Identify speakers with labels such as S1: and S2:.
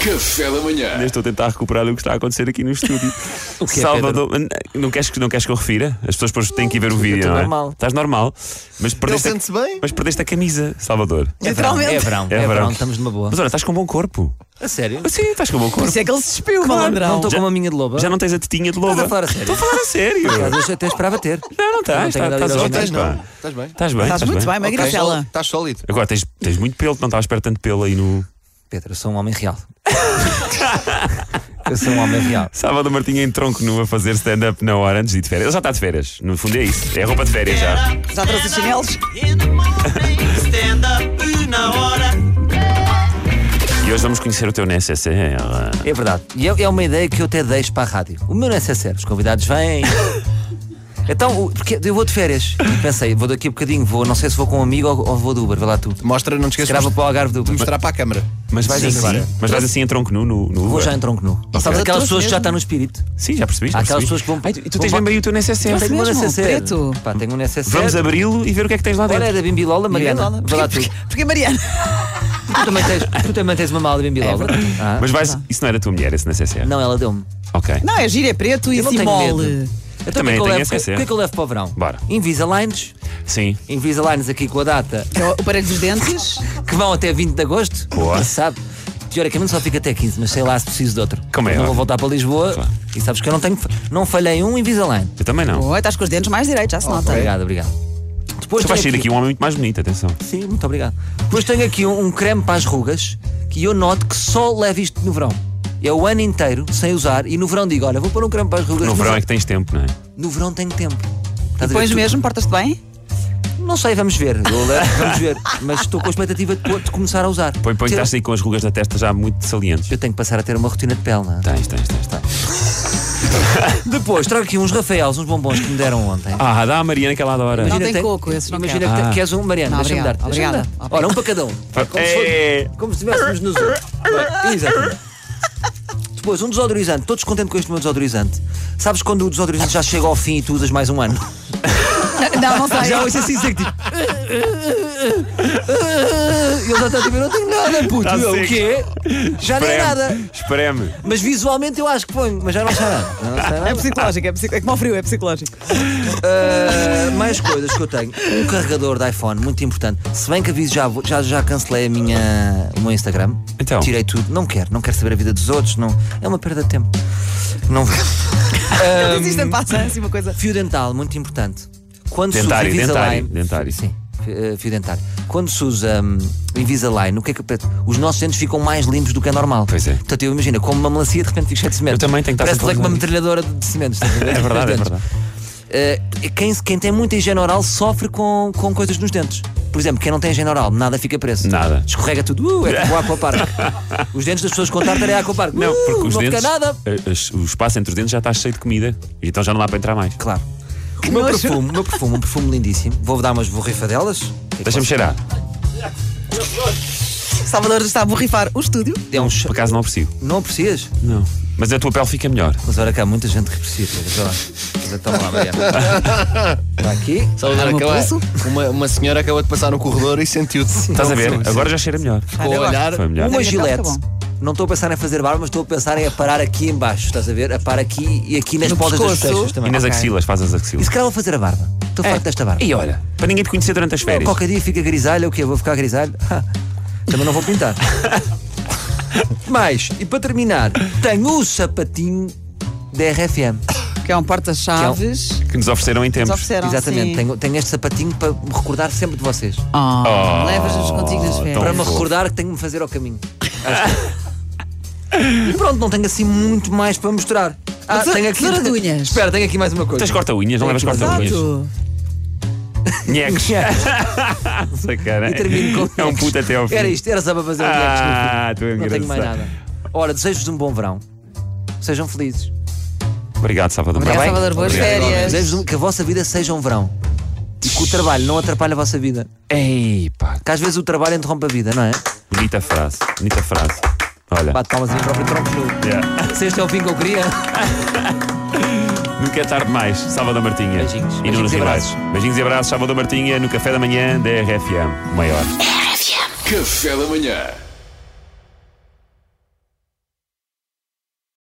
S1: Café da manhã.
S2: Ainda estou a tentar recuperar o que está a acontecer aqui no estúdio.
S3: O que é,
S2: Salvador, não queres, que- não queres que eu refira? As pessoas depois têm que ir ver o vídeo,
S3: estou
S2: não é?
S3: normal.
S2: Estás normal. Mas perdeste,
S4: sente-se
S2: a,
S4: bem?
S2: mas perdeste a camisa, Salvador.
S3: É verão, é verão, é verão, estamos numa boa.
S2: Mas olha, estás com um bom corpo.
S3: A sério?
S2: Mas sim, estás com um bom corpo.
S3: é que ele se despiu, malandrão. Não estou
S2: Já-
S3: com a minha de loba.
S2: Já não tens a tetinha de loba.
S3: Estás a falar a sério?
S2: Estou a falar a sério.
S3: Por acaso, eu até esperava ter.
S2: Não, não
S3: Eu
S2: estás.
S3: não tenho
S2: Estás
S3: nada a ir
S2: estás
S3: ao
S2: ótimo.
S4: Tens
S3: ginásio.
S2: pá.
S4: não? Estás bem?
S2: Estás bem.
S5: Estás muito bem,
S4: Ok.
S5: magricela.
S4: Estás sólido.
S2: Agora tens, tens muito pelo, não estava a esperar tanto pelo aí no.
S3: Pedro, eu sou um homem real. eu sou um homem real.
S2: Sábado Martinha em tronco nu a fazer stand-up na hora antes de ir de férias. Ele já está de férias, no fundo é isso. É roupa de férias já.
S5: Já trouxe os chinelos?
S2: E hoje vamos conhecer o teu NSSR.
S3: É verdade. E é, é uma ideia que eu até deixo para a rádio. O meu não é sincero. Os convidados vêm. Então, o- porque eu vou de férias. E pensei, vou daqui a bocadinho, vou, não sei se vou com um amigo ou, ou vou do Uber, vai lá tu.
S4: Mostra, não te esqueças
S3: Grava
S4: de
S3: para o Algarve do Uber.
S4: mostrar para a câmara.
S2: Mas vais
S3: Sim,
S2: assim,
S3: claro.
S2: mas vais assim em tronco nu no, no
S3: Vou
S2: Uber.
S3: já em tronco nu. Sabes
S4: Mas
S3: aquelas
S5: trouxe
S3: pessoas que já
S5: mesmo.
S3: estão no espírito?
S2: Sim, já percebi. Já
S3: Há aquelas
S2: percebi.
S3: pessoas que vão.
S2: Ai, tu tu
S3: vão
S2: tens
S3: para-
S2: mesmo aí o teu
S3: Eu
S2: NSSR.
S3: tenho
S5: mesmo,
S3: um necessaire.
S5: preto.
S3: Pá, tenho um necessaire.
S2: Vamos abri-lo e ver o que é que tens lá
S3: Ora
S2: dentro.
S3: é da Bimbilola, Mariana. Vai lá tu.
S5: Porque, porque Mariana.
S3: Tu também tens, tu também tens uma mala de Bimbilola. Ah.
S2: É Mas vais. Isso não era tua mulher, esse NSSR.
S3: Não, ela deu-me.
S2: Ok.
S5: Não, é giro, é preto e
S3: Eu não
S5: assim
S3: tenho
S5: mole.
S3: medo. Então,
S2: Também
S3: o que é que eu
S2: tenho
S3: levo-
S2: SSR.
S3: O que é que eu levo para o verão?
S2: Bora.
S3: Invisalines.
S2: Sim.
S3: Invisalines aqui com a data
S5: Que é o aparelho dos dentes.
S3: que vão até 20 de agosto.
S2: Boa.
S3: Já se sabe. Teoricamente só fica até 15, mas sei lá se preciso de outro.
S2: Como é
S3: Não vou
S2: óbvio.
S3: voltar para Lisboa
S2: Claro.
S3: e sabes que eu não tenho. Não falhei um Invisalign.
S2: Eu também não.
S5: Oi, estás com os dentes mais direitos, já se nota.
S3: Obrigado, obrigado. Depois
S2: Tu
S3: tenho
S2: vais sair aqui um homem muito mais bonito, atenção.
S3: Sim, muito obrigado. Depois tenho aqui um, um creme para as rugas que eu noto que só levo isto no verão. É o ano inteiro sem usar e no verão digo: olha, vou pôr um creme para as
S2: No
S3: rugas. mas
S2: verão é que tens tempo, não é?
S3: no verão tenho tempo. Estás a ver?
S5: Pões
S3: Tu-
S5: mesmo, portas-te bem?
S3: Não sei, vamos ver. Eu levo, vamos ver. Mas estou com a expectativa de, pôr- de começar a usar.
S2: Põe, tá assim. põe,
S3: Ter- um-
S2: estás aí com as rugas da testa já muito salientes.
S3: Eu tenho que passar a ter uma rotina de pele, não é?
S2: Tens, tens, tens. tens.
S3: Depois trago aqui uns Rafaels, uns bombons que me deram ontem.
S2: Ah, dá a Mariana que ela adora.
S5: Não
S3: Imagina
S5: tem
S3: que-
S5: coco, esses não
S3: Imagina
S5: quero.
S3: que,
S2: Ah.
S3: que és um Mariano,
S5: Não,
S3: deixa-me dar.
S5: obrigado,
S3: deixa-me
S5: obrigado.
S3: dar.
S5: Ok.
S3: Ora, um para cada um. Como se fosse-
S2: É.
S3: Como se estivéssemos nos outros. Bem, Exatamente. Depois, um desodorizante. Estou descontente com este meu desodorizante. Sabes quando o desodorizante já chega ao fim e tu usas mais um ano?
S5: Não, não sei.
S3: Já ouço assim dizer que tipo. E Ah, ele já está a dizer: não tenho nada, puto.
S2: Tá
S3: Eu, o
S2: seco.
S3: quê? Já nem é
S2: Espreme,
S3: nada.
S2: Espreme.
S3: Mas visualmente eu acho que ponho, mas já não sei nada. Já não sei nada.
S5: É psicológico, é, psico... é como ao frio, é psicológico.
S3: Uh, mais coisas que eu tenho. Um carregador de iPhone, muito importante. Se bem que aviso, já, vou- já, já cancelei a minha, o meu Instagram.
S2: Então.
S3: Tirei tudo. Não quero, não quero saber a vida dos outros. Não, é uma perda de tempo. Não vou.
S5: Ele diz isto em passa, assim uma coisa.
S3: Fio dental, muito importante. Quando
S2: Dentário,
S3: se usa
S2: dentário,
S3: Invisalign-
S2: dentário.
S3: Sim, fi- eh, fio dentário. Quando se usa hum, Invisalign, o que é que apetece? Os nossos dentes ficam mais limpos do que é normal.
S2: Pois é.
S3: Portanto, eu imagino, como uma melancia, de repente fico cheio de cimento.
S2: Eu também tenho que estar
S3: Parece
S2: sempre a
S3: like uma
S2: usar
S3: metralhadora de de cimentos. estás a ver?
S2: É
S3: Os
S2: verdade, é
S3: dentes.
S2: verdade.
S3: Eh, quem, quem tem muita higiene oral sofre com, com coisas nos dentes. Por exemplo, quem não tem higiene oral, nada fica preso.
S2: Nada.
S3: Escorrega tudo. Uh, é como o aquapark. Os dentes das pessoas com tartar é aquapark.
S2: Não,
S3: Uh,
S2: porque os
S3: não
S2: dentes.
S3: fica nada.
S2: eh, as- O espaço entre os dentes já está cheio de comida. Então já não dá para entrar mais.
S3: Claro. o meu
S5: nojo.
S3: perfume, o meu perfume, um perfume lindíssimo. Vou dar umas borrifadelas. Que é que
S2: Deixa-me cheirar.
S5: Salvador está a borrifar o estúdio.
S3: você- É um
S2: Por
S3: cho-
S2: acaso não aprecio.
S3: Não precisas?
S2: Não. Mas a tua pele fica melhor.
S3: Mas olha cá, há muita gente que precisa. Mas olha, mas então lá, Mariana. Está aqui.
S4: Saudar
S5: Arma
S4: aquela.
S5: pulso.
S4: Uma, uma senhora acabou de passar no corredor e sentiu-te.
S2: Estás a ver? Agora já cheira melhor.
S4: Com o olhar.
S2: Foi melhor.
S3: Uma
S5: Olha,
S3: gilete.
S5: tá
S3: Não estou a pensar em fazer barba, mas estou a pensar em aparar aqui em baixo, estás a ver? Aparar aqui e aqui nas
S5: No
S3: pontas das
S5: pescoço.
S3: bochechas também.
S2: E nas
S3: Ok.
S2: axilas, faz as
S3: E
S2: axilas.
S3: se calhar vou fazer a barba. Estou farto desta barba.
S2: E olha, para ninguém te conhecer durante as
S3: é. Não,
S2: férias.
S3: qualquer dia fica grisalho, o quê? Vou ficar grisalho? Ha, Também não vou pintar. Mas, e para terminar, tenho o sapatinho da RFM.
S5: Que é um porta-chaves.
S2: Que é um- nos ofereceram em
S5: Nos
S2: tempos.
S5: ofereceram
S3: Exatamente,
S5: Sim.
S3: tenho, tenho este sapatinho para me recordar sempre de vocês.
S5: Oh,
S2: Oh,
S5: Levas-nos contigo nas férias.
S3: para
S2: tão
S3: me
S2: fofo.
S3: recordar que tenho de me fazer ao caminho. e pronto, não tenho assim muito mais para mostrar. Ah,
S5: Tesoura- tesoura de unhas.
S3: Espera, tenho aqui mais uma coisa.
S2: Tens corta-unhas, não levas corta-unhas.
S5: Exato.
S2: Nheques. Sacana.
S3: E termino com
S2: É um puto até ao fim.
S3: Era isto, era só para fazer um
S2: Ah, tu é
S3: Não tenho mais
S2: engraçado.
S3: nada. Ora, desejo-vos um bom verão. Sejam felizes. Tá
S2: Obrigado, Salvador.
S5: Obrigado,
S2: Está bem?
S5: é Salvador. Boas
S2: Obrigado.
S5: férias.
S3: Desejo-vos que a vossa vida seja um verão. E que o trabalho não atrapalhe a vossa vida.
S2: Ei, pá,
S3: Que às vezes o trabalho interrompe a vida, não é?
S2: bonita frase. Bonita frase. Olha.
S3: Bate palmas em próprio tronco. nu.
S2: Yeah.
S3: Se este é o fim que eu queria.
S2: Nunca é tarde mais. Salvador Martinha.
S3: Beijinhos.
S2: E Nuno
S3: Beijinhos e
S2: Ribeiro.
S3: abraços.
S2: Beijinhos e abraços. Salvador Martinha no café da manhã da RFM. O maior.
S1: Café da manhã.